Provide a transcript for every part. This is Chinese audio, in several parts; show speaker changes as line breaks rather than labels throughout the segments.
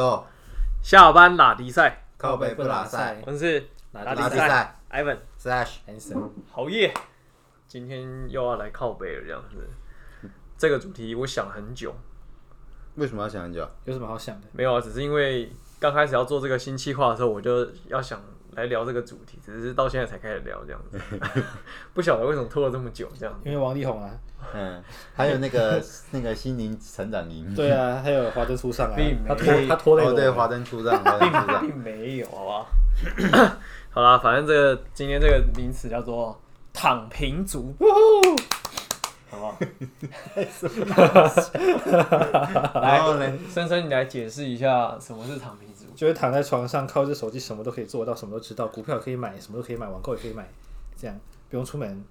哦，
下班拉迪赛，
靠北不拉塞，
我是
拉
拉
迪
迪
赛
赛，Ivan，
slash
很神，
好耶！今天又要来靠北了，这样子。这个主题我想很久，
为什么要想很久？
有什么好想的？
没有啊，只是因为刚开始要做这个新企划的时候，我就要想来聊这个主题，只是到现在才开始聊这样子， 不晓得为什么拖了这么久这样子。
因为王力宏啊，
嗯，还有那个 那个心灵成长营，
对啊，还有华灯初 上啊
并，没
他拖他拖累
哦，
我
对，
们，
华灯初上，华灯初 上，
并没有，好吧。 好啦，反正这个今天这个名词叫做“躺平族”，好不好？
然后呢？
深深，你来解释一下什么是躺平族。
就是躺在床上靠着手机，什么都可以做到，什么都知道，股票也可以买，什么都可以买，网购也可以买，这样不用出门。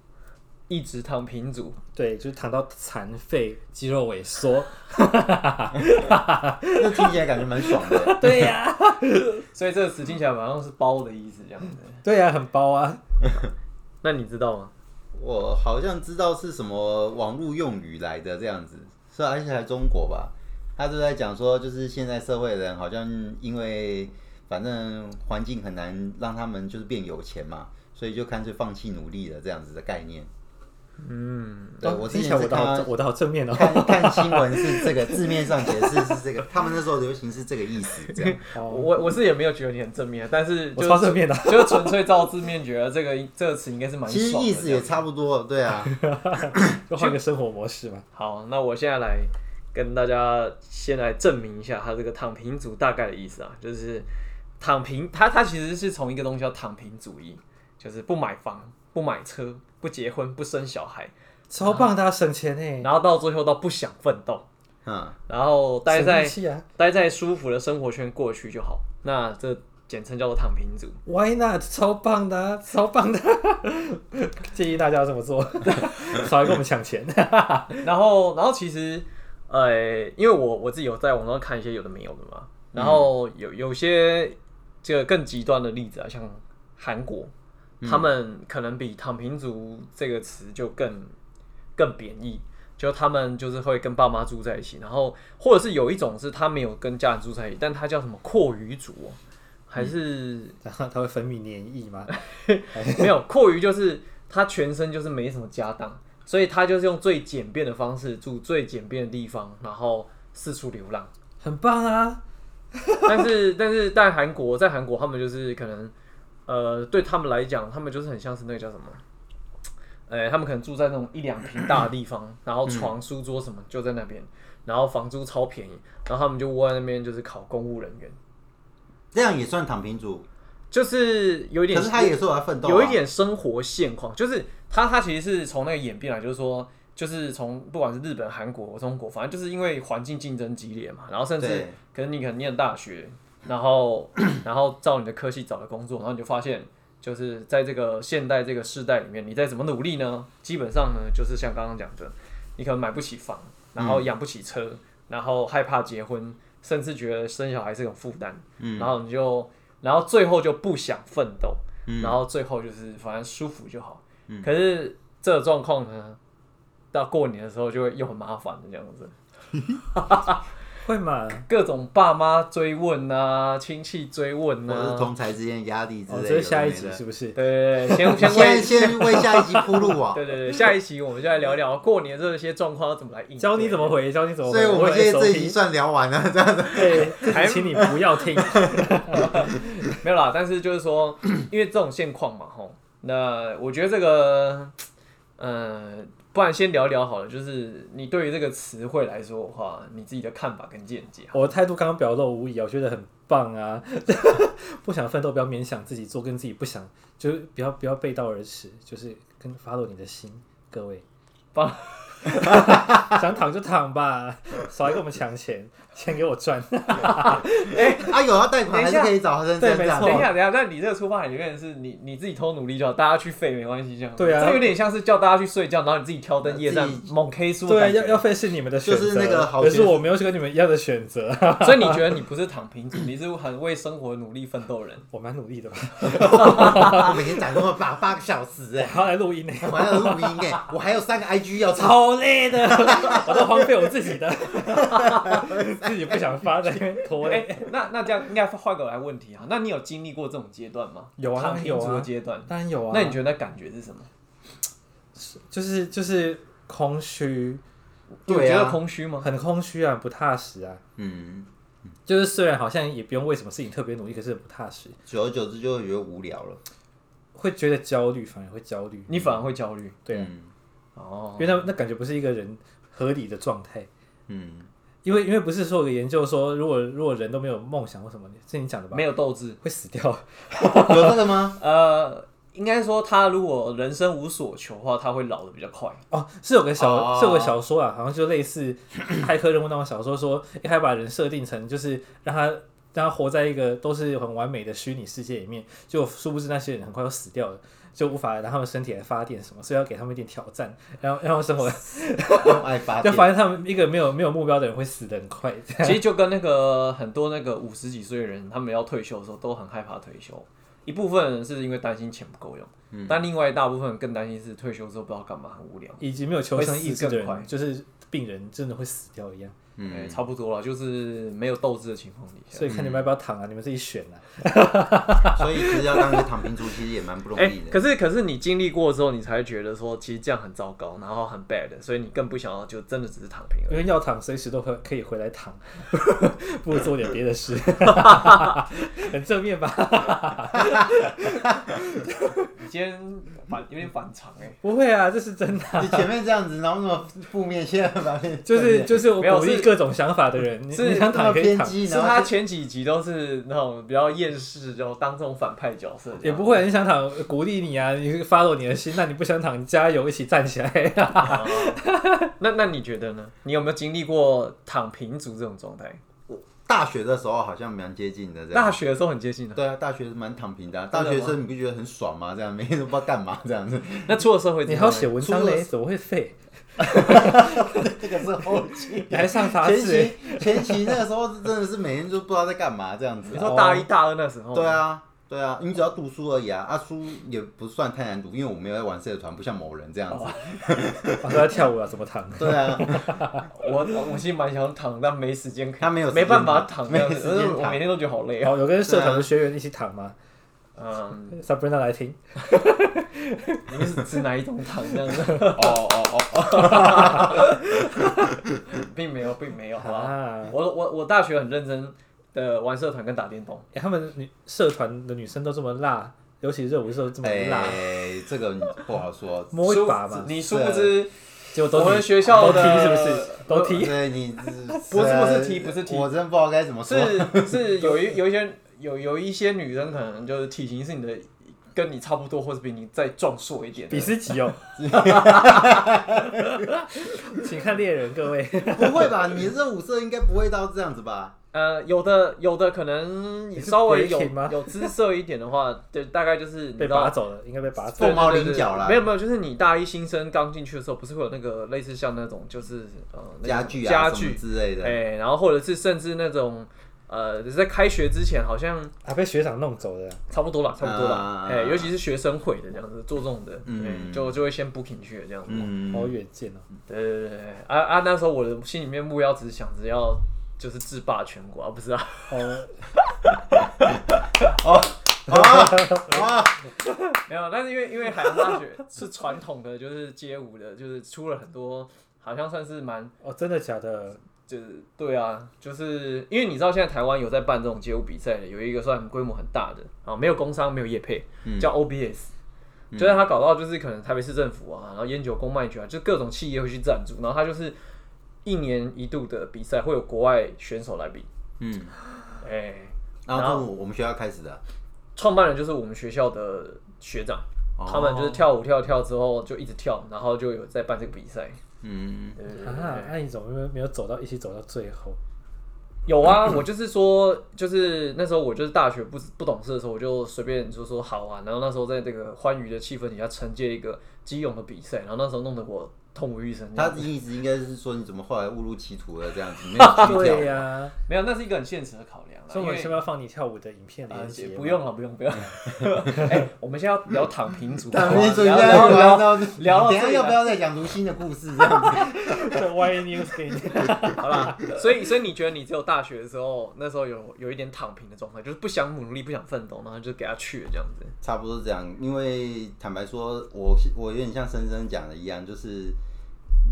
一直躺平族，
对，就是躺到残废，肌肉萎缩。
这听起来感觉蛮爽的，
对呀、
所以这个词听起来好像是包的意思这样子。
对呀、很包啊。
那你知道吗？
我好像知道是什么网络用语来的这样子，是而且还中国吧？他就在讲说，就是现在社会人好像因为反正环境很难让他们就是变有钱嘛，所以就干脆放弃努力了这样子的概念。
嗯，
对
哦
我之
听起
前是
来我的
看到
好我的好正 面 哦。
看看新闻是这个字面上解释是这个，他们那时候流行是这个意思，这 样。
我
哦，
我我是也没有觉得你很正面，但是就
我
是
超正面的，
就是纯粹照字面觉得这个这个词应该是蛮
其实
爽的。
意思也。差不多，对啊。
就换个生活模式嘛。
好，那我现在来跟大家先来证明一下它这个躺平族大概的意思啊，就是躺平，它它其实是从一个东西叫躺平主义，就是不买房、不买车、不结婚、不生小孩，
超棒的、啊，省钱哎、
然后到最后到不想奋斗，
嗯，
然后待
省力
在
气啊
待在舒服的生活圈过去就好。那这简称叫做躺平族。
，Why not？超棒的啊、超棒的、 建议大家这么做， 少来跟我们 抢钱。
然后，然后其实，呃，因为我我自己有在网上看一些有的没有的嘛，然后有有些这个更极端的例子啊，像韩国，他们可能比“躺平族”这个词就更更贬义。就他们就是会跟爸妈住在一起，然后或者是有一种是他没有跟家人住在一起，但他叫什么阔鱼族、哦，还是
然后它会分泌黏液吗？
没有，阔鱼就是他全身就是没什么家当，所以他就是用最简便的方式住最简便的地方，然后四处流浪。
很棒啊！
但是但是但韩国在韩国他们就是可能呃对他们来讲，他们就是很像是那个叫什么？呃，他们可能住在那种一两平大的地方，
嗯
然后床、书桌什么就在那边，然后房租超便宜，然后他们就窝在那边就是考公务人员，
这样也算躺平族，
就是有一点。
可是他也说我要奋斗、啊，
有一点生活现况，就是他他其实是从那个演变来，啊就是说，就是从不管是日本、韩国、中国，反正就是因为环境竞争激烈嘛，然后甚至
对
可能你可能念大学，然后 然后照你的科系找的工作，然后你就发现，就是在这个现代这个时代里面，你再怎么努力呢，基本上呢，就是像刚刚讲的，你可能买不起房，然后养不起车，然后害怕结婚，甚至觉得生小孩是一种负担，然后你就，然后最后就不想奋斗，然后最后就是反正舒服就好。可是这个状况呢，到过年的时候就会又很麻烦的这样子，
会嘛？
各种爸妈追问啊，亲戚追问
或者是
啊，
同才之间的压力之
哦，
类的。
这是下一
有
集
的
是不是？
对对对， 先
没的
先
你现在
为。
先为下一集铺路啊。
对对对，下一期我们就来聊 聊过年这些状况要怎么来应对。
教你怎么回，教你怎么
所
回。
以我们
有
现在这一
SOP
集算聊完了，这样子。
对，这集请你不要听。
没有啦，但是就是说，因为这种现况嘛，吼，那我觉得这个，呃，不然先聊聊好了，就是你对于这个词汇来说的话，你自己的看法跟见解。
我的态度刚刚表露无遗啊，我觉得很棒啊。 不想奋斗，不要勉强自己做，跟自己不想，就是不要不要背道而驰，就是跟 follow 你的心，各位。
Follow
想躺就躺吧，少来跟我们抢钱，钱给我赚。
啊，有要贷款还
等一
是
下
可以找生
对
生
没
这样
错啊
等一下，等一下，那你这个出发点原本是你你自己偷努力就好，大家去废没关系，这样
对啊
这有点像是叫大家去睡觉，然后你自己挑灯夜战
自己
猛 K 书的
对，啊
感
要要
觉。
费是你们的选择，
就是那个好
可
学
是
生
我没有跟你们一样的选择，
所以你觉得你不是躺平族，你是很为生活努力奋斗的人。
我蛮努力的吧。
我每天讲那么八八个小时哎、
还要来录音呢，
我还有录音哎、我还有三个 IG 要抄，
好累的，我都荒废我自己的。 自己不想发在那边拖
哎、
累。
那那这样应该换个来问题啊，那你有经历过这种阶段吗？
有啊
躺平
有啊
族的阶段。
当然有啊，
那你觉得那感觉是什么？
就是就是空虚，
对啊
你有觉得空虚吗？
很空虚啊，不踏实啊。
嗯，
就是虽然好像也不用为什么事情特别努力，可是很不踏实，
久而久之就会觉得无聊了。
会觉得焦虑，反而会焦虑。
你反而会焦虑
对啊，
嗯
哦
因。为那那感觉不是一个人合理的状态。
嗯，
因为因为不是说有个研究说，如果如果人都没有梦想或什么，是你讲的吧？
没有斗志。
会死掉。
有那个吗？
呃，应该说他如果人生无所求的话，他会老的比较 快。
哦，是有个小、
哦
是有个小说啊，好像就 类似骇客任务那种小说说，一开始把人设定成就是让他让他活在一个都是很完美的虚拟世界里面，就殊不知那些人很快要死掉了，就无法让他们身体来发电什么，所以要给他们一点挑战，然后让他们生活，
用爱发
就
电。
发现他们一个没有没有目标的人会死得很快。
其实就跟那个很多那个五十几岁的人，他们要退休的时候都很害怕退休。一部分人是因为担心钱不够用，但另外一大部分人更担心是退休之后不知道干嘛，很无聊。
以及没有求生意志的
会死更
人，就是病人真的会死掉一样。
嗯、
嗯，
差不多了，就是没有斗志的情况底下。
所以看你们要不要躺啊，
嗯
你们自己选啊。
所以其实要当一个躺平族，其实也蛮不容
哎、
易的。
可是可是你经历过之后，你才会觉得说，其实这样很糟糕，然后很 bad，所以你更不想要就真的只是躺平而
因
已。
为要躺随时都可可以回来躺， 不如做点别的事， 很正面吧？
你今天反有点反常哎、
不会啊，这是真的啊、
你前面这样子，然后那么负面，现在反面
就是就是我
没有
鼓励
是
各种想法的人，你
是
你想
那
躺
么
可以
偏
躺，
激，
是
然
他
后
前几集都是那种比较厌世，就当这种反派角色，
也不会。很啊想躺，鼓励你啊，你 follow 你的心，那你不想躺，加油，一起站起来。
那那你觉得呢？你有没有经历过躺平族这种状态？
大学的时候好像蛮接近的这样。
大学的时候很接近的、
对啊，大学是蛮躺平的啊、
真
大
的吗
学生你不觉得很爽吗？这样 每天都不知道干嘛这样子。
那出了社会之
你还
后
要
呢，
写文章
初二
嘞，怎么会废？
这个是后 期，
你还上杂
前
志欸？
期前期那个时候是真的是每天就不知道在干嘛这样子
你
啊、
说大一大二那时候，
对，啊，对啊，你只要读书而已啊，啊书也不算太难读，因为我没有在玩社团，不像某人这样子。
我说要跳舞啊，怎么躺？
对啊，
我我其实蛮想躺，但没时间看，
他没有时
没
间
办法
躺
躺，
没
有
有时间
我
躺
每天都觉得好累啊。
有有跟社团
对
的
啊
学员一起躺吗
嗯，
？Sabrina 来听，
你们是指哪一种躺这样子？
哦哦哦哦，
并没有，并没有，好吧。
哦啊，
我我我大学很认真的玩社团跟打电动，
欸、他们女社团的女生都这么辣，尤其热舞社这么辣，
哎，这个你不好说。
摸一把
殊
嘛，
你殊不知
结果都
我们
踢
学校的
都踢是不是？都 踢，
对你
不
不
是不是踢不是踢
我真不知道该怎么说。
是 是有一有一些有有一些女生可能就是体型是你的跟你差不多，或者比你再壮硕一点的。
比斯吉哦，请看猎人各位，
不会吧？你这五色应该不会到这样子吧？
呃，有的有的可能
你是
稍微有
breaking 吗
有姿色一点的话，对，大概就是你
被
知
拔
道。
走了，应该被拔走
凤
对对
了。
毛
对对
麟角啦
没有没有，就是你大一新生刚进去的时候，不是会有那个类似像那种就是呃那个
家具啊
家
什么
具，
之类的。
哎，然后或者是甚至那种呃在开学之前好像
啊，被学长弄走了，
差不多了，差不多了
啊，
哎，尤其是学生会的这样子做这种的，
嗯
哎就就会先 booking 去的这样子。
嗯，
好远见哦。
对对对对，啊啊！那时候我的心里面目标只是想着要就是制霸全国啊，不是啊？
哦，
啊
没有，但是因为因为海洋大学是传统的，就是街舞的，就是出了很多，好像算是蛮
哦，真的假的？
就是对啊，就是因为你知道现在台湾有在办这种街舞比赛的，有一个算规模很大的啊，没有工商，没有业配，叫 OBS。就是他搞到，就是可能台北市政府啊，然后烟酒公卖局啊，就各种企业会去赞助，然后他就是一年一度的比赛，会有国外选手来比，
嗯，
哎、
然后这是我们学校开始的，
创办人就是我们学校的学长，
哦
他们就是跳舞跳跳之后就一直跳，然后就有在办这个比赛。
嗯，
对对对
啊，那你怎么没有没有走到一起走到最后？
有啊，我就是说，就是那时候我就是大学不不懂事的时候，我就随便就说好啊，然后那时候在这个欢愉的气氛底下承接一个基隆的比赛，然后那时候弄得我痛不欲生。
他的意思应该是说你怎么后来误入歧途了这样子，没 有去
对
掉。
呀、
没有，那是一个很现实的考量啦。啊
所以我
因
们
为
是不是要放你跳舞的影片
啊
连接、，
不用了，不用，不用。哎，我们现在要聊躺平族，
但 没准
聊
现在
聊
聊
聊
到
聊到
等一下
这里
要
来
不要再讲卢鑫的故事这样子？
的 Y News 给你。
好啦，所以所以你觉得你只有大学的时候，那时候有有一点躺平的状态，就是不想努力，不想奋斗，然后就给他去了这样子。
差不多这样，因为坦白说，我我有点像深深讲的一样，就是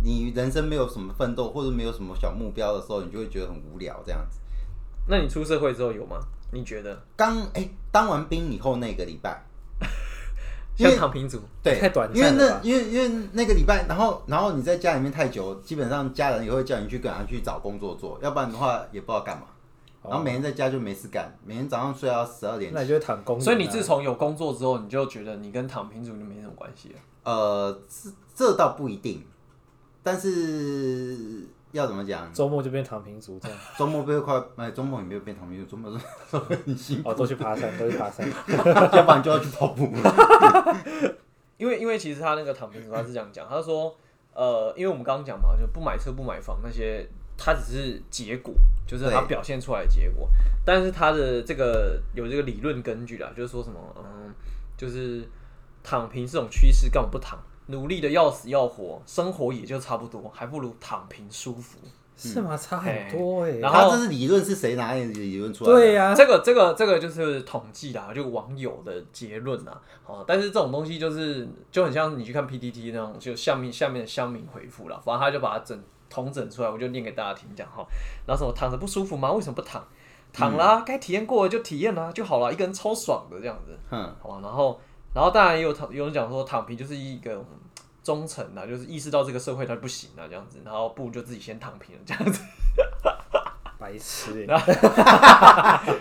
你人生没有什么奋斗或者没有什么小目标的时候，你就会觉得很无聊这样子。
那你出社会之后有吗？你觉得
刚哎、当完兵以后那个礼 拜，因
像
为
躺平族？
对，
太短
因为
暂了
那
吧
因为因为那个礼拜，然后然后你在家里面太久，基本上家人也会叫你去跟他去找工作做，要不然的话也不知道干嘛。然后每天在家就没事干，每天早上睡到十二点
那你就躺公园啊、
所以你自从有工作之后，你就觉得你跟躺平族就没什么关系了。
呃，这这倒不一定，但是要怎么讲？
周末就变躺平族这样，
周末不会快，哎，周末也没有变躺平族，周末是 周末很辛苦，
哦，都去爬山，都去爬山，
要不然就要去跑 步。
因为因为其实他那个躺平族他是这样讲，他说呃，因为我们刚刚讲嘛，就不买车不买房那些，他只是结果，就是他
对
表现出来的结果。但是他的这个有这个理论根据啦，就是说什么嗯，就是躺平这种趋势干嘛不躺？努力的要死要活，生活也就差不多，还不如躺平舒服。
是吗？差很多哎、
然后
啊他这是理论是谁拿来的理论出来的？
对呀、
啊这个这个这个就是统计啦，就网友的结论啦。哦，但是这种东西就是就很像你去看 PTT 那种，就下面下面的乡民回复啦，反正他就把它整统整出来，我就念给大家听讲哈。然后什么躺着不舒服吗？为什么不躺？躺啦，该体验过的就体验啦，就好了，一个人超爽的这样子，
哼，
好吧？然后然后当然也有躺有人讲说躺平就是一个。嗯忠诚啊，就是意识到这个社会它不行啊，这样子，然后不如就自己先躺平了这样子。
白痴哎、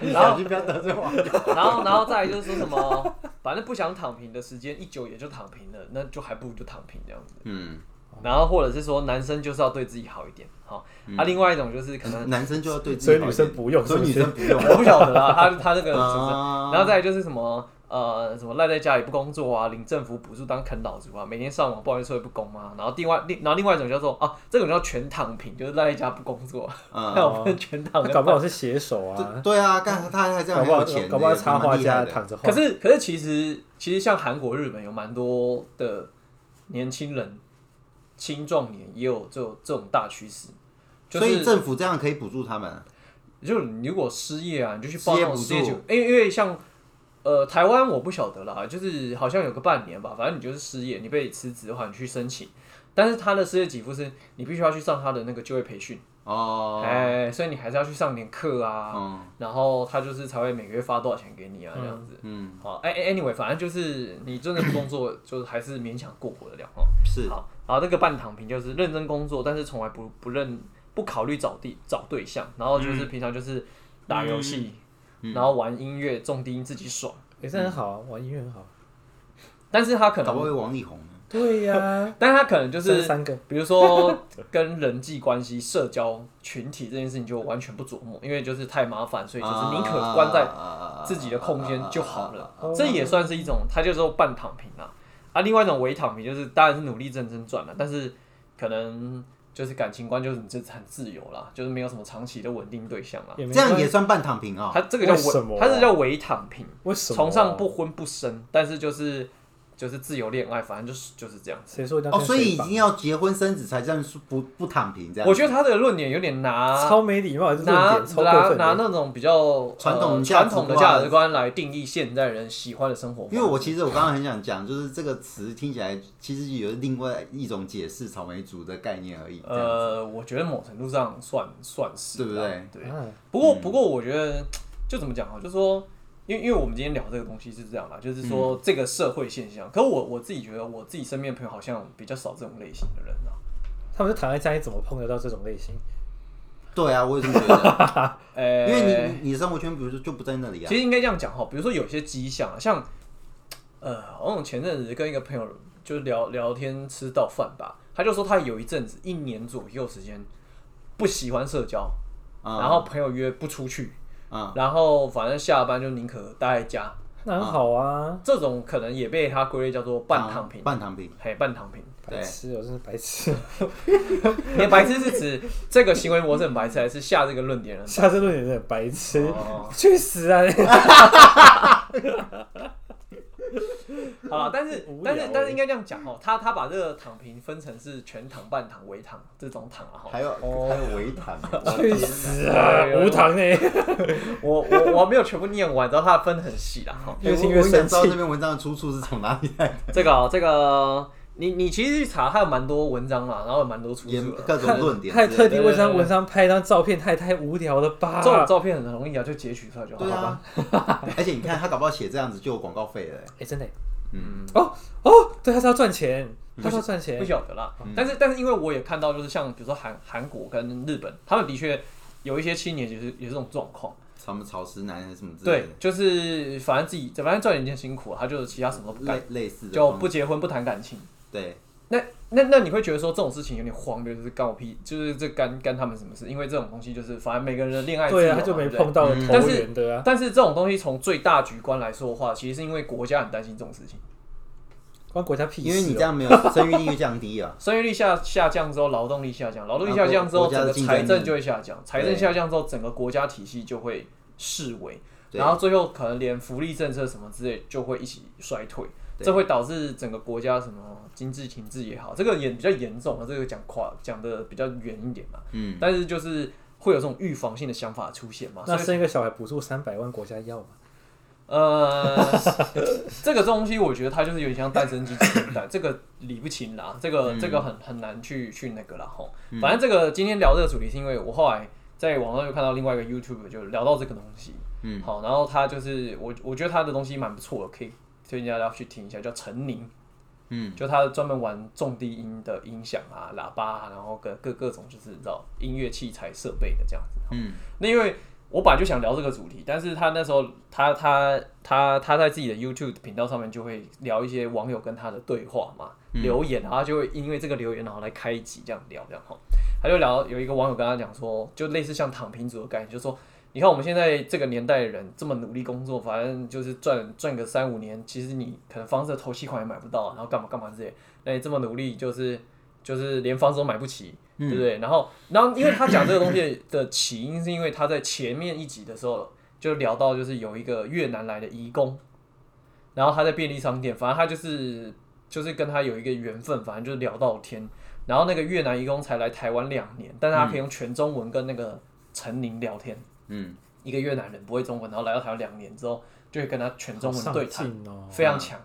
你小心不要得罪我。
然后，然后再来就是说什么，反正不想躺平的时间一久也就躺平了，那就还不如就躺平这样子。
嗯，
然后或者是说男生就是要对自己好一点，好、啊，另外一种就是可能
男生就要对自己
所以
好一点，
女生不用
所以女
是不
生
是
不用
我不晓得啦，他他这个是不是？
啊。
然后再来就是什么呃什么赖在家里不工作啊，领政府补助当啃老族啊，每天上网报社会不公啊。然后另外另然后另外一种叫做啊，这种叫全躺平，就是赖在家不工作，还
嗯，
有分全躺
那
跟
搞不好是写手
对
啊，
对啊，干他还这样很
搞不好
有钱，
搞不好
这个
插画
蛮厉害
家
的
躺着画。
可是
嗯
可是其实其实像韩国、日本有蛮多的年轻人，青壮年也有这种这种大趋势，就
所以
是
政府这样可以补助他们。
就是你如果失业啊，你就去报那种
失
失
业
业
补助
救，因为因为像。呃，台湾我不晓得啦，就是好像有个半年吧，反正你就是失业，你被辞职的话，你去申请，但是他的失业给付是你必须要去上他的那个就业培训，
哦，
哎、所以你还是要去上点课啊，
嗯
然后他就是才会每个月发多少钱给你啊，这样子。
嗯，
好，哎、哎 anyway，反正就是你真的不工作， 就是还是勉强过活得了哦。
是
好，然后那个半躺平就是认真工作，但是从来不不认不考虑找地找对象，然后就是平常就是打游戏，然后玩音乐，重低音自己爽。
也是很好啊，玩音乐很好。
但是他可
搞不好
能，
会王力宏呢。
对呀、
但是他可能就
生
是，
三个
比如说 跟人际关系、社交群体这件事情就完全不琢磨，因为就是太麻烦，所以就是宁可关在自己的空间就好了。
哦
这也算是一种，他就说半躺平啦、啊。另外一种伪躺平就是，当然是努力认真赚了，但是可能就是感情观就是你这很自由啦，就是没有什么长期的稳定对象啦。
也没
这样
关
也
系
算半躺平啊、
他这个叫
为什么
伪，
啊
他这叫伪躺平，
为什么啊、
崇尚不婚不生，但是就是就是自由恋爱，反正就是就是这样。
谁说一定
哦，
要跟
所以
谁
已
绑
经要结婚生子才这样说不不躺平这样。
我觉得他的论点有点拿
超没礼貌，这论
拿
点超
拿
过分
拿
的。
那种比较
传统
呃
价值
传统的
观
价值观来定义现代人喜欢的生活方式，
因为我其实我刚刚很想讲，就是这个词听起来其实有另外一种解释草莓族的概念而已，这样
呃，我觉得某程度上算算是
对不
啦
对？
对。嗯
啊
不过不过，我觉得就怎么讲啊，就是说，因为因为我们今天聊这个东西是这样啦，就是说这个社会现象。可我我自己觉得，我自己身边的朋友好像比较少这种类型的人啊。
他们就躺在家里，怎么碰得到这种类型？
对啊，我也这么觉得，
呃，
因为你你你生活圈比如说就不在那里啊
其，实应该这样讲哈，比如说有些迹象啊，像呃，好像前阵子跟一个朋友就是聊聊天吃到饭吧，他就说他有一阵子一年左右时间不喜欢社交，
嗯
啊然后朋友约不出去，
嗯
然后反正下班就宁可待在家，
那很好啊，
这种可能也被他归类叫做半躺平，
啊半躺平，
嘿，半躺平。
对
白痴哦，真是白痴！
你的白痴是指这个行为模式很白痴，还是下这个论 点呢？
下次论点真的白痴
哦，
去 死啊！
好啦，但是
无聊
但是
欸
但是应该这样讲哦，他他把这个躺平分成是全躺、半躺、微躺这种躺啊。哈
还有还有围躺，
去死啊！无糖呢？
我我我还没有全部念完，然后他的分很细啦 哈。
我
越听越
我很想
生
知道这
气。
篇文章的出处是从哪里来的，
这个哦这个，你你其实去查，还有蛮多文章啦，然后有蛮多出
也
处的。
各种论点之
还
类
特
的，
地为张文章拍一张照片，他也太无聊了吧？
这种照片很容易啊，就截取出来就好
对
了。好吧
啊， 而且你看他搞不好写这样子就有广告费了，欸
哎、真的耶
嗯，
哦哦，对，他是要赚钱，他是要赚
不
钱，
晓得啦。
嗯
但是但是因为我也看到，就是像比如说韩韩国跟日本，他们的确有一些青年也是也是这种状况。
什么草食男还是什么之类
对
的，，
就是反正自己反正赚点钱辛苦，他就是其他什么都不干，
类类似的
就
方
不结婚不谈感情。
对，
那那那你会觉得说这种事情有点荒谬，就是干我屁，就是这干干他们什么事？因为这种东西就是反正每个人的恋爱自
对
由
啊，
嘛
他就没
对不对
碰到
嗯
但
投
是
缘的啊。
但是这种东西从最大局观来说的话，其实是因为国家很担心这种事情，
关国家屁
哦
事、哦
因为你这
样，
样没有生育率就降低啊了，
生育率下下降之后，劳动力下降，劳动力
啊
下降之后，
国国家
整
的
个
竞
财
争
政
力
就会下降，财政
对
下降之后，整个国家体系就会视为，
对
然后最后可能连福利政策什么之类就会一起衰退，
对
这会导致整个国家什么经济停滞也好，这个也比较严重啊了，这个讲跨讲的比较远一点嘛，
嗯，
但是就是会有这种预防性的想法出现嘛，
那
所以
生一个小孩补助三百万，国家要吗？
呃， 这个东西我觉得它就是有点像诞生鸡生蛋，这个理不清啦，这个、这个很很难去去那个啦吼。反正这个今天聊这个主题，是因为我后来在网上又看到另外一个 YouTube 就聊到这个东西，
嗯，
好，然后他就是我我觉得他的东西蛮不错的，可以推荐大家去听一下，叫陈宁，
嗯，
就他专门玩重低音的音响啊、喇叭啊，然后各各各种就是你知道音乐器材设备的这样子，
嗯，
那因为我本来就想聊这个主题，但是他那时候他他他他在自己的 YouTube 频道上面就会聊一些网友跟他的对话嘛，
嗯
留言，然后他就会因为这个留言然后来开一集这样聊这样哈。他就聊有一个网友跟他讲说，就类似像躺平族的概念，就说你看我们现在这个年代的人这么努力工作，反正就是赚赚个三五年，其实你可能房子的头期款也买不到，然后干嘛干嘛之类，那你这么努力就是就是连房子都买不起，对不对？然后然后因为他讲这个东西的起因，是因为他在前面一集的时候就聊到，就是有一个越南来的移工，然后他在便利商店，反正他就是就是跟他有一个缘分，反正就是聊到天。然后那个越南移工才来台湾两年，但是他可以用全中文跟那个陈宁聊天。
嗯，
一个越南人不会中文，然后来到台湾两年之后，就会跟他全中文
上
对谈。
进哦，
非常强。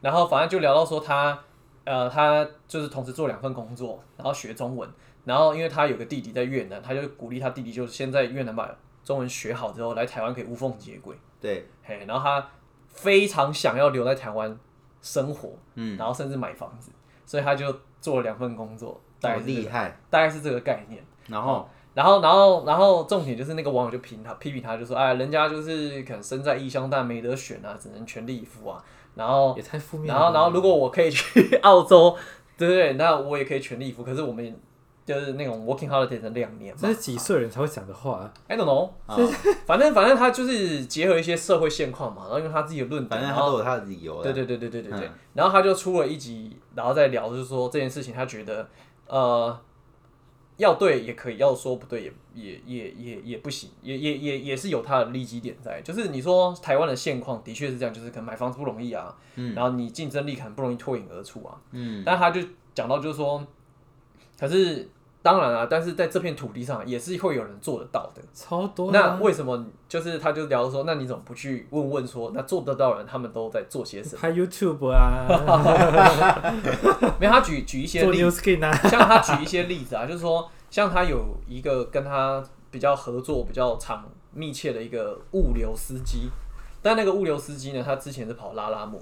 然后反正就聊到说他，呃，他就是同时做两份工作，然后学中文。然后因为他有个弟弟在越南，他就鼓励他弟弟，就是先在越南把中文学好之后，来台湾可以无缝接轨。
对，
嘿，然后他非常想要留在台湾生活，
嗯，
然后甚至买房子，所以他就做了两份工作，大
好
概是
哦
这哦
厉
个
害，
大概是这个概念。
然后
然后，然后，然后，重点就是那个网友就评他批评他，就说：“哎，人家就是可能身在异乡，但没得选啊，只能全力以赴啊。”然后
也太负面了
然
吧。
后，然后如果我可以去澳洲， 对不对？那我也可以全力以赴。可是我们就是那种 working holiday 的两年嘛
这是几岁人才会讲的话、
，I don't know，
啊，
反正反正他就是结合一些社会现况嘛，然后用他自己的论点，
反正
然
他
后
都有他的理由
对
了，
对对对对对对。
嗯
然后他就出了一集，然后再聊，就是说这件事情，他觉得呃，要对也可以，要说不对也也也也也不行，也也也也是有他的利基点在。就是你说台湾的现况的确是这样，就是可能买房子不容易啊，然后你竞争力可能不容易脱颖而出啊。
嗯，
但他就讲到就是说，可是当然啊，但是在这片土地上也是会有人做得到的。
超多的
那
啊、
为什么就是他就聊说，那你怎么不去问问说，那做得到的人他们都在做些什么？
拍 YouTube 啊，
没有，他举举一些
做
例，
New Skin 啊，
像他举一些例子啊， 就是说，像他有一个跟他比较合作、比较常密切的一个物流司机，但那个物流司机呢，他之前是跑拉拉木，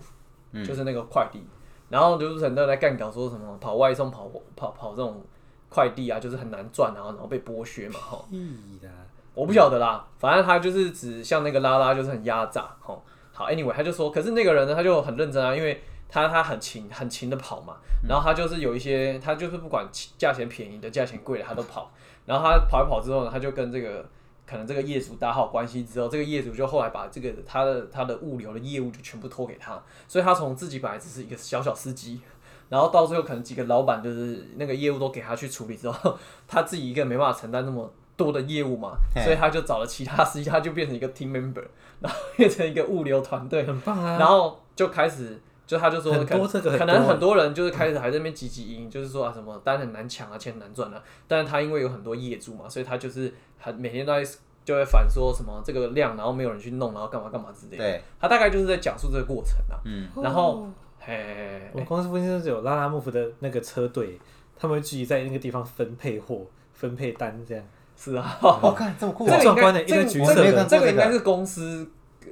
就是那个快递，然后就是很多人在干搞说什么跑外送、跑跑跑这种快递啊，就是很难赚啊，然后被剥削嘛，哈，
屁啦，
我不晓得啦，反正他就是指像那个拉拉就是很压榨，吼。好，anyway，他就说，可是那个人呢，他就很认真啊，因为他他很勤很勤的跑嘛，然后他就是有一些，他就是不管价钱便宜的、价钱贵的，他都跑。然后他跑一跑之后呢，他就跟这个可能这个业主打好关系之后，这个业主就后来把这个他的他的物流的业务就全部托给他，所以他从自己本来只是一个小小司机，然后到最后可能几个老板就是那个业务都给他去处理之后，他自己一个人没办法承担那么多的业务嘛，
嘿
所以他就找了其他司机，他就变成一个 team member，然后变成一个物流团队，
很棒啊！
然后就开始，就他就说，
很
可
多这个很
可能
多
很多人就是开始还在那边汲汲营营，就是说啊什么单很难抢啊，钱很难赚啊。但是他因为有很多业主嘛，所以他就是很每天都在就会反说什么这个量，然后没有人去弄，然后干嘛干嘛之类的。
对，
他大概就是在讲述这个过程啊。
嗯，
然后
哦
嘿嘿，嘿
我们公司附近就是有拉拉木夫的那个车队，他们会聚集在那个地方分配货、分配单这样。
是啊，
我看这么酷
这
啊，
个
壮观的
应该
一堆
这
橘
个
色的
这个应该是公司，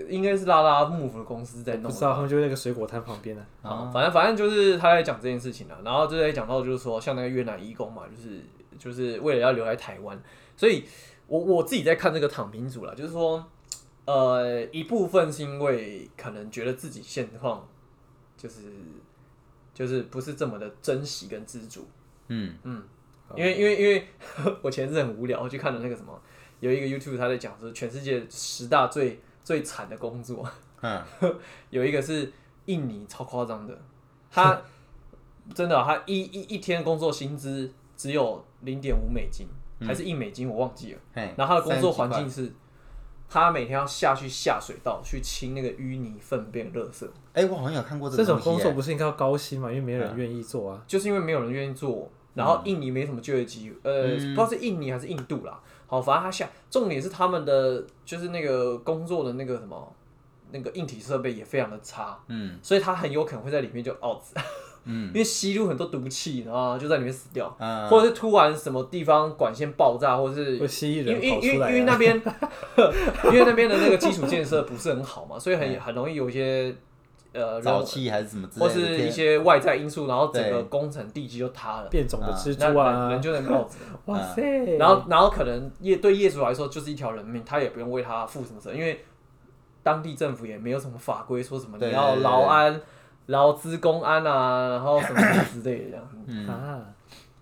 应该是拉拉幕府的公司在
不
弄的
知道他们就在那个水果摊旁边呢、
啊，反正反正就是他在讲这件事情啊，然后就在讲到就是说，像那个越南移工嘛，就是就是为了要留在台湾，所以我我自己在看这个躺平族啦，就是说，呃，一部分是因为可能觉得自己现况就是就是不是这么的珍惜跟知足，
嗯，
因为因为因为 我前阵很无聊，我去看了那个什么，有一个 YouTube 他在讲说全世界十大最最惨的工作，
嗯，
有一个是印尼超夸张的，他真的啊、他一一一天工作薪资只有零点五美金，还是一美金，我忘记了。
嘿
然后他的工作环境，是，他每天要下去下水道去清那个淤泥、粪便、垃圾，
哎，我好像有看过
这
这
种
种
工作不是应该要高薪嘛？因为没有人愿意做啊。
就是因为没有人愿意做。然后印尼没什么就业机会，呃，
嗯
不知道是印尼还是印度啦。好，反正他下重点是他们的就是那个工作的那个什么那个硬体设备也非常的差，
嗯
所以他很有可能会在里面就 out
嗯
因为吸入很多毒气，然后就在里面死掉，
啊，
或者是突然什么地方管线爆炸，或者是
会蜥蜴
因为
人
因
跑
为因
出
为因为那
来、啊，
边 因为那边的那个基础建设不是很好嘛，所以很很容易有一些呃人
沼气还是什么之类
或
的，
是一
天
些外在因素，然后整个
对
工程地基就塌了，
变种的蜘
那
蛛
人
啊，
人就啊能冒着。
哇塞！
然后然后可能业对业主来说就是一条人命，他也不用为他负什么责任，因为当地政府也没有什么法规说什么你
对
要
对对
劳安、劳资公安啊，然后什么什么之类的这样。
嗯
啊，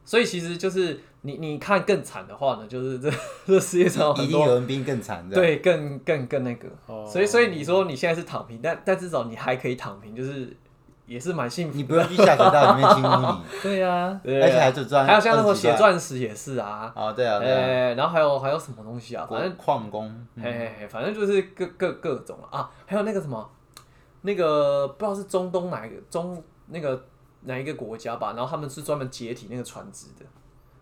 所以其实就是你你看更惨的话呢，就是这这世界上有
一
很
定
多
有人比你更惨的，，
对更更更那个，
哦
所以所以你说你现在是躺平，但但至少你还可以躺平，就是也是蛮幸福
你
的。
不用去下水道里面清污
对啊，
对
而且还只赚
还有像那种
20几
写
块
钻石也是啊，
泥，啊，对啊，对啊，
呃，然后还有还有什么东西啊，反正
矿矿工，嗯
嘿嘿嘿，反正就是各各各种了啊，还有那个什么，那个不知道是中东哪一个中那个哪一个国家吧，然后他们是专门解体那个船只的，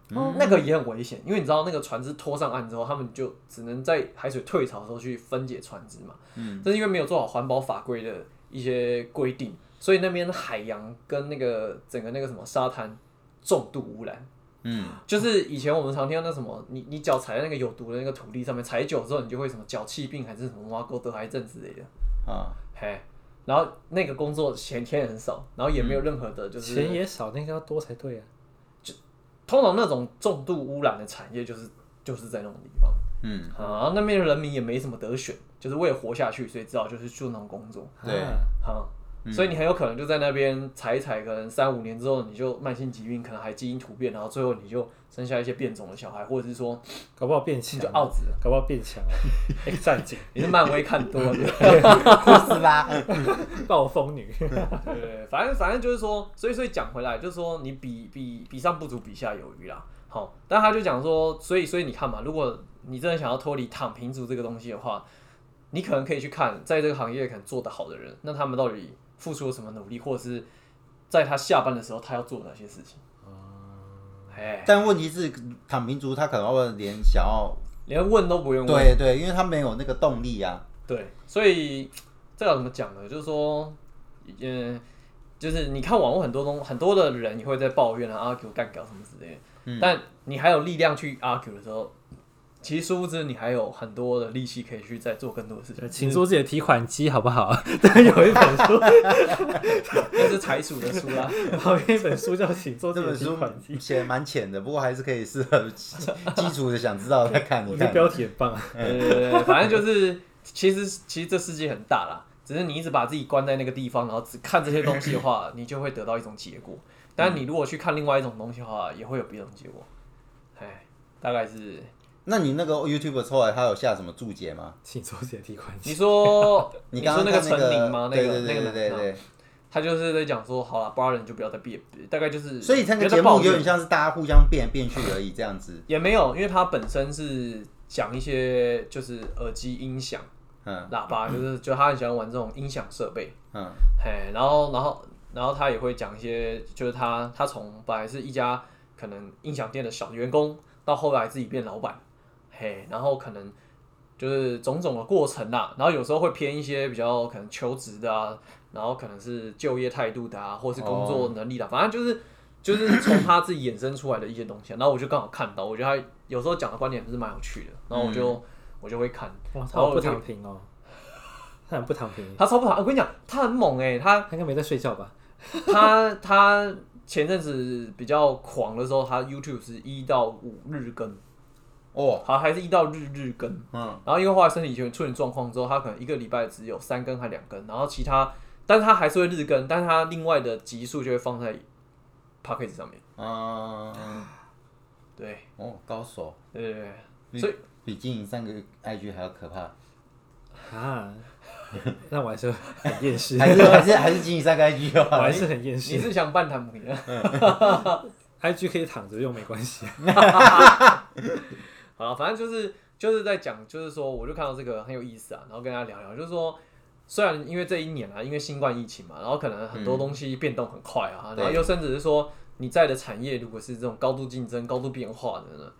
那个也很危险，因为你知道那个船只拖上岸之后，他们就只能在海水退潮的时候去分解船只嘛，嗯，但是因为没有做好环保法规的一些规定，所以那边海洋跟那个整个那个什么沙滩重度污染。
嗯，
就是以前我们常听到那什么，你你脚踩在那个有毒的那个土地上面，踩久之后你就会什么脚气病还是什么挖沟得癌症之类的，
啊，
嘿。然后那个工作钱钱也很少，然后也没有任何的，就是
钱也少，那个要多才对啊。
通常那种重度污染的产业就是就是在那种地方
嗯，
啊，那边的人民也没什么得选，就是为了活下去，所以只好就是做那种工作
对
啊
啊。所以你很有可能就在那边踩一踩，可能三五年之后你就慢性疾病，可能还基因突变，然后最后你就生下一些变种的小孩，或者是说
搞不好变强啊
你就，out 了。
搞不好 变强了，哎战警
你是漫威看多了，对
酷死吧，
暴 风女，
对 对，反正反正就是说，所以所以讲回来，就是说你比比比上不足，比下有余啦。好，但他就讲说，所以所以你看嘛，如果你真的想要脱离躺平族这个东西的话，你可能可以去看在这个行业可能做得好的人，那他们到底付出了什么努力，或者是在他下班的时候他要做哪些事情。哎，
但问题是，躺平族他可能连想要，
连问都不用问。
对对，因为他没有那个动力啊，
对，所以这要怎么讲呢？就是说，嗯、就是你看网络很多东很多的人也会在抱怨啊，argue 干掉什么之类的，
嗯
但你还有力量去 argue 的时候，其实殊不知你还有很多的力气可以去再做更多的事情。
请做自己的提款机好不好？ 对，有一本 书，
那是财主的书啦、
旁边一本书叫《请做
这
自己的
本
提款机
书写得蛮浅的，不过还是可以适 合基基础的想知道再》，看
我
一
觉
看
得。标题很棒啊。
呃，反正就是，其实其实这世界很大啦，只是你一直把自己关在那个地方，然后只看这些东西的话，你就会得到一种结果。但你如果去看另外一种东西的话，也会有别种结果。哎，大概是
那你那个 YouTube 出来，他有下什么注解吗？
请周姐提款
你说
你
说
刚刚
个
看那
陈宁吗？那
对
个
对
那
对
个
对对
男的，啊
对，
他就是在讲说，好了，不然人就不要再变，大概就是
所以这
不
个
要再
节目
抱
有
怨
点像是大家互相变来变去而已，这样子。
也没有，因为它本身是讲一些就是耳机音响、
嗯
喇叭，就是就他很喜欢玩这种音响设备，
嗯
嘿，然后然后然后他也会讲一些，就是他他从本来是一家可能音响店的小员工，到后来自己变老板，嘿，然后可能就是种种的过程啦，然后有时候会偏一些比较可能求职的啊，然后可能是就业态度的啊，或是工作能力的，啊反正就是。就是从他自己衍生出来的一些东西啊，然后我就刚好看到，我觉得他有时候讲的观点还是蛮有趣的，然后我就、我就会看，
哇，他
然后
好不
我就
躺平哦， 他很不躺平，
他超不好，我跟你讲，他很猛哎、他
他应该没在睡觉吧？
他他前阵子比较狂的时候，他 YouTube 是一到五日更，
哦
好还是一到日日更。
嗯
然后因为后来身体出现状况之后，他可能一个礼拜只有三更还两更，然后其他，但是他还是会日更，但是他另外的集数就会放在 p o c k e t 上面。
嗯
对
哦，高手
对对对，所以
比经营三个 IG 还要可 怕，
啊， 那我还是很厌世，
还是还是还是经营三个 IG
我还
哦。
是很厌
你
世。
是想半谈不赢？
IG 可以躺着用没关系，
好了，反正就是就是在讲，就是说，我就看到这个很有意思啊，然后跟大家聊聊，就是说，虽然因为这一年啊，因为新冠疫情嘛，然后可能很多东西变动很快啊，
对
然后又甚至是说你在的产业如果是这种高度竞争、高度变化的呢，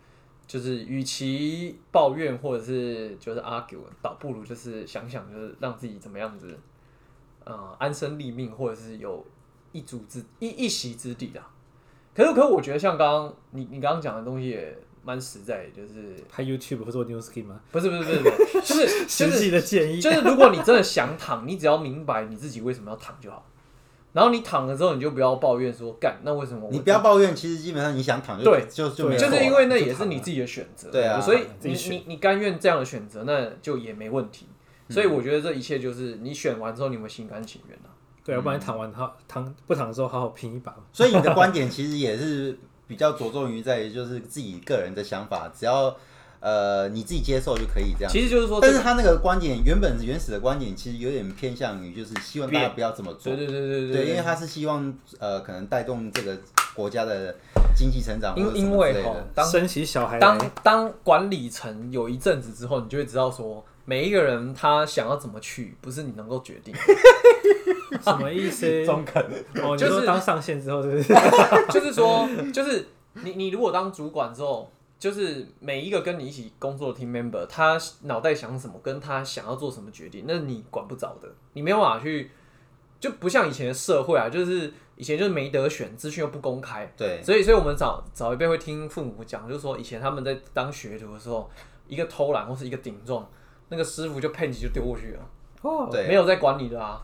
就是与其抱怨或者是就是 argue，倒不如就是想想就是让自己怎么样子，呃，安身立命，或者是有一足之一一席之地啊。可是，可是我觉得像刚刚你你刚刚讲的东西也蛮实在的，就是
拍 YouTube 或做 New Skin 吗？
不是不是不是不是，就是就
实
是
际的建议，
就是，如果你真的想躺，你只要明白你自己为什么要躺就好。然后你躺了之后，你就不要抱怨说干，那为什么我
你不要抱怨，其实基本上你想躺就
对
就就没
对
错
就
了
是因为那也是你自己的选择，
对啊
所以
自
你
己选
你你甘愿这样的选择，那就也没问题。
嗯
所以我觉得这一切就是你选完之后，你们心甘情愿啊。
对，要不然躺完好躺不躺的时候好好拼一把嘛。
所以你的观点其实也是比较着重于在于就是自己个人的想法，只要呃你自己接受就可以这样。
其实就是说这
但
个，
是他那个观点原本原始的观点，其实有点偏向于就是希望大家不要这么做
对，对对对
因为他是希望呃可能带动这个国家的经济成长或
因
者什
因
么之类
为哈
的。，啊
当
生起小孩
当
来，
当管理层有一阵子之后，你就会知道说，每一个人他想要怎么去，不是你能够决定的，
什么意思？
肯，
哦，你
就
说
是
当上线之后，是 不是？
就是说，就是你你如果当主管之后，就是每一个跟你一起工作的 team member，他脑袋想什么，跟他想要做什么决定，那你管不着的，你没有办法去，就不像以前的社会啊，就是以前就是没得选，资讯又不公开，
对，
所以，所以我们早早一辈会听父母讲，就是说以前他们在当学徒的时候，一个偷懒或是一个顶撞，那个师傅就配你就丢过去了，
哦，
对
没有在管你的啊。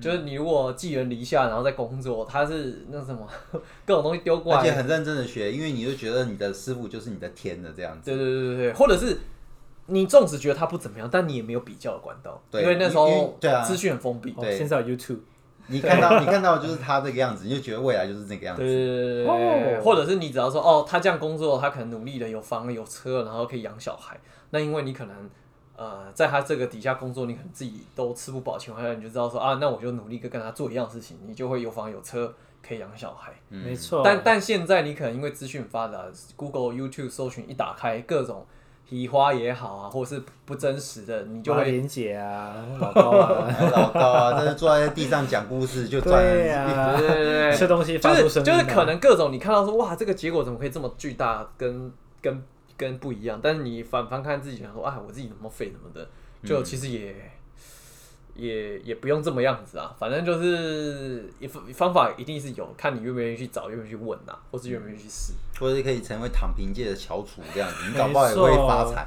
就是你如果寄人篱下，然后在工作，他是那什么 各种东西丢过
而且
来，
很认真的学，因为你就觉得你的师傅就是你的天了这样子。
对对对对对，或者是你纵使觉得他不怎么样，但你也没有比较的管道，
对
因为那时
因为
候
对啊
资讯很封闭。
哦，
对
现在有 YouTube，
你看到你看到就是他这个样子，你就觉得未来就是这个样
对
子。
对对对对，
哦
或者是你只要说哦，他这样工作，他可能努力了，有房有车，然后可以养小孩。那因为你可能呃，在他这个底下工作，你可能自己都吃不饱情况下，你就知道说啊，那我就努力跟跟他做一样事情，你就会有房有车，可以养小孩。
没错。
嗯但但现在你可能因为资讯发达，Google、YouTube 搜寻一打开，各种移花也好啊，或者是不真实的，你就
马
会哦
莲姐啊，老高啊，
哎老高啊，真是坐在地上讲故事就赚
对
对
啊
对对对，
吃东西
就
发
是
出声音
就
啊，
是可能各种你看到说哇这个结果怎么可以这么巨大跟跟跟不一样，但是你反翻看自己想说啊我自己怎么废什么的，
嗯
就其实也、也也不用这么样子啊，反正就是一方法一定是有，看你愿不愿意去找，愿不愿意去问啊，或是愿不愿意去试，
嗯
或者可以成为躺平界的翘楚这样子，你搞不好也会发财。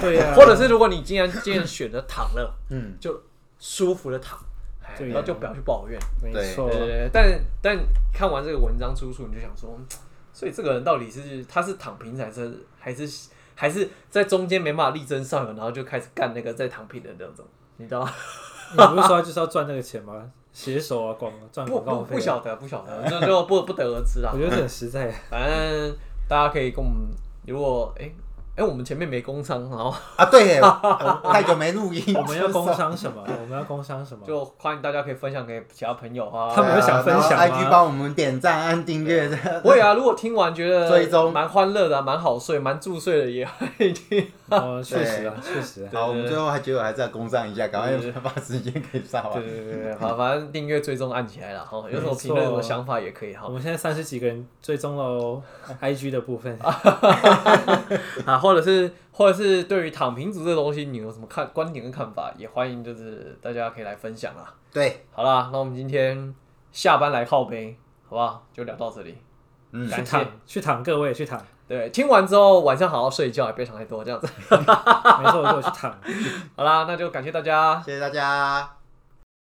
对 啊，
或者是如果你既然既然选择躺了，
嗯，
就舒服的躺，哎
对
然后就不要去抱怨。
没错
对，对对，但但看完这个文章出处，你就想说，嗯所以这个人到底是他是躺平还是还是还是在中间没办法力争上游，然后就开始干那个在躺平的那种，你知道吗？
你不是说他就是要赚那个钱吗？写手啊，广赚
不
广告
不
费啊，
不晓得不晓得，就 就不不得而知啦
我。觉得这很实在。
反正大家可以跟我们，如果哎、哎、我们前面没工商，然后
啊，对耶，我太久没录音，
我们要工商什么？我们要工商什么？
就欢迎大家可以分享给其他朋友啊。
他们有想分享吗
i g 帮我们点赞、按订阅这样。
会啊，如果听完觉得
追踪
蛮欢乐的啊、蛮好睡、蛮助睡的，也欢迎听。
哦，确实啊，确实啊。
好，我们最后还觉得还是要工商一下，赶
对对
快把时间给杀
对
完。
对对对， 好，反正订阅追踪按起来了哈，有什么
没错
评论、有什么想法也可以哈
我。们现在三十几个人追踪喽，IG 的部分。
啊，或者是或者是对于躺平族这东西，你有什么看观点跟看法，也欢迎就是大家可以来分享啦。
对，
好啦，那我们今天下班来靠杯，好不好？就聊到这里。
嗯，
感
去
谢。
躺，去躺，各位去躺，
对，听完之后晚上好好睡觉，也不要想太多，这样子。
没错，我去躺。
好啦，那就感谢大家，
谢谢大家，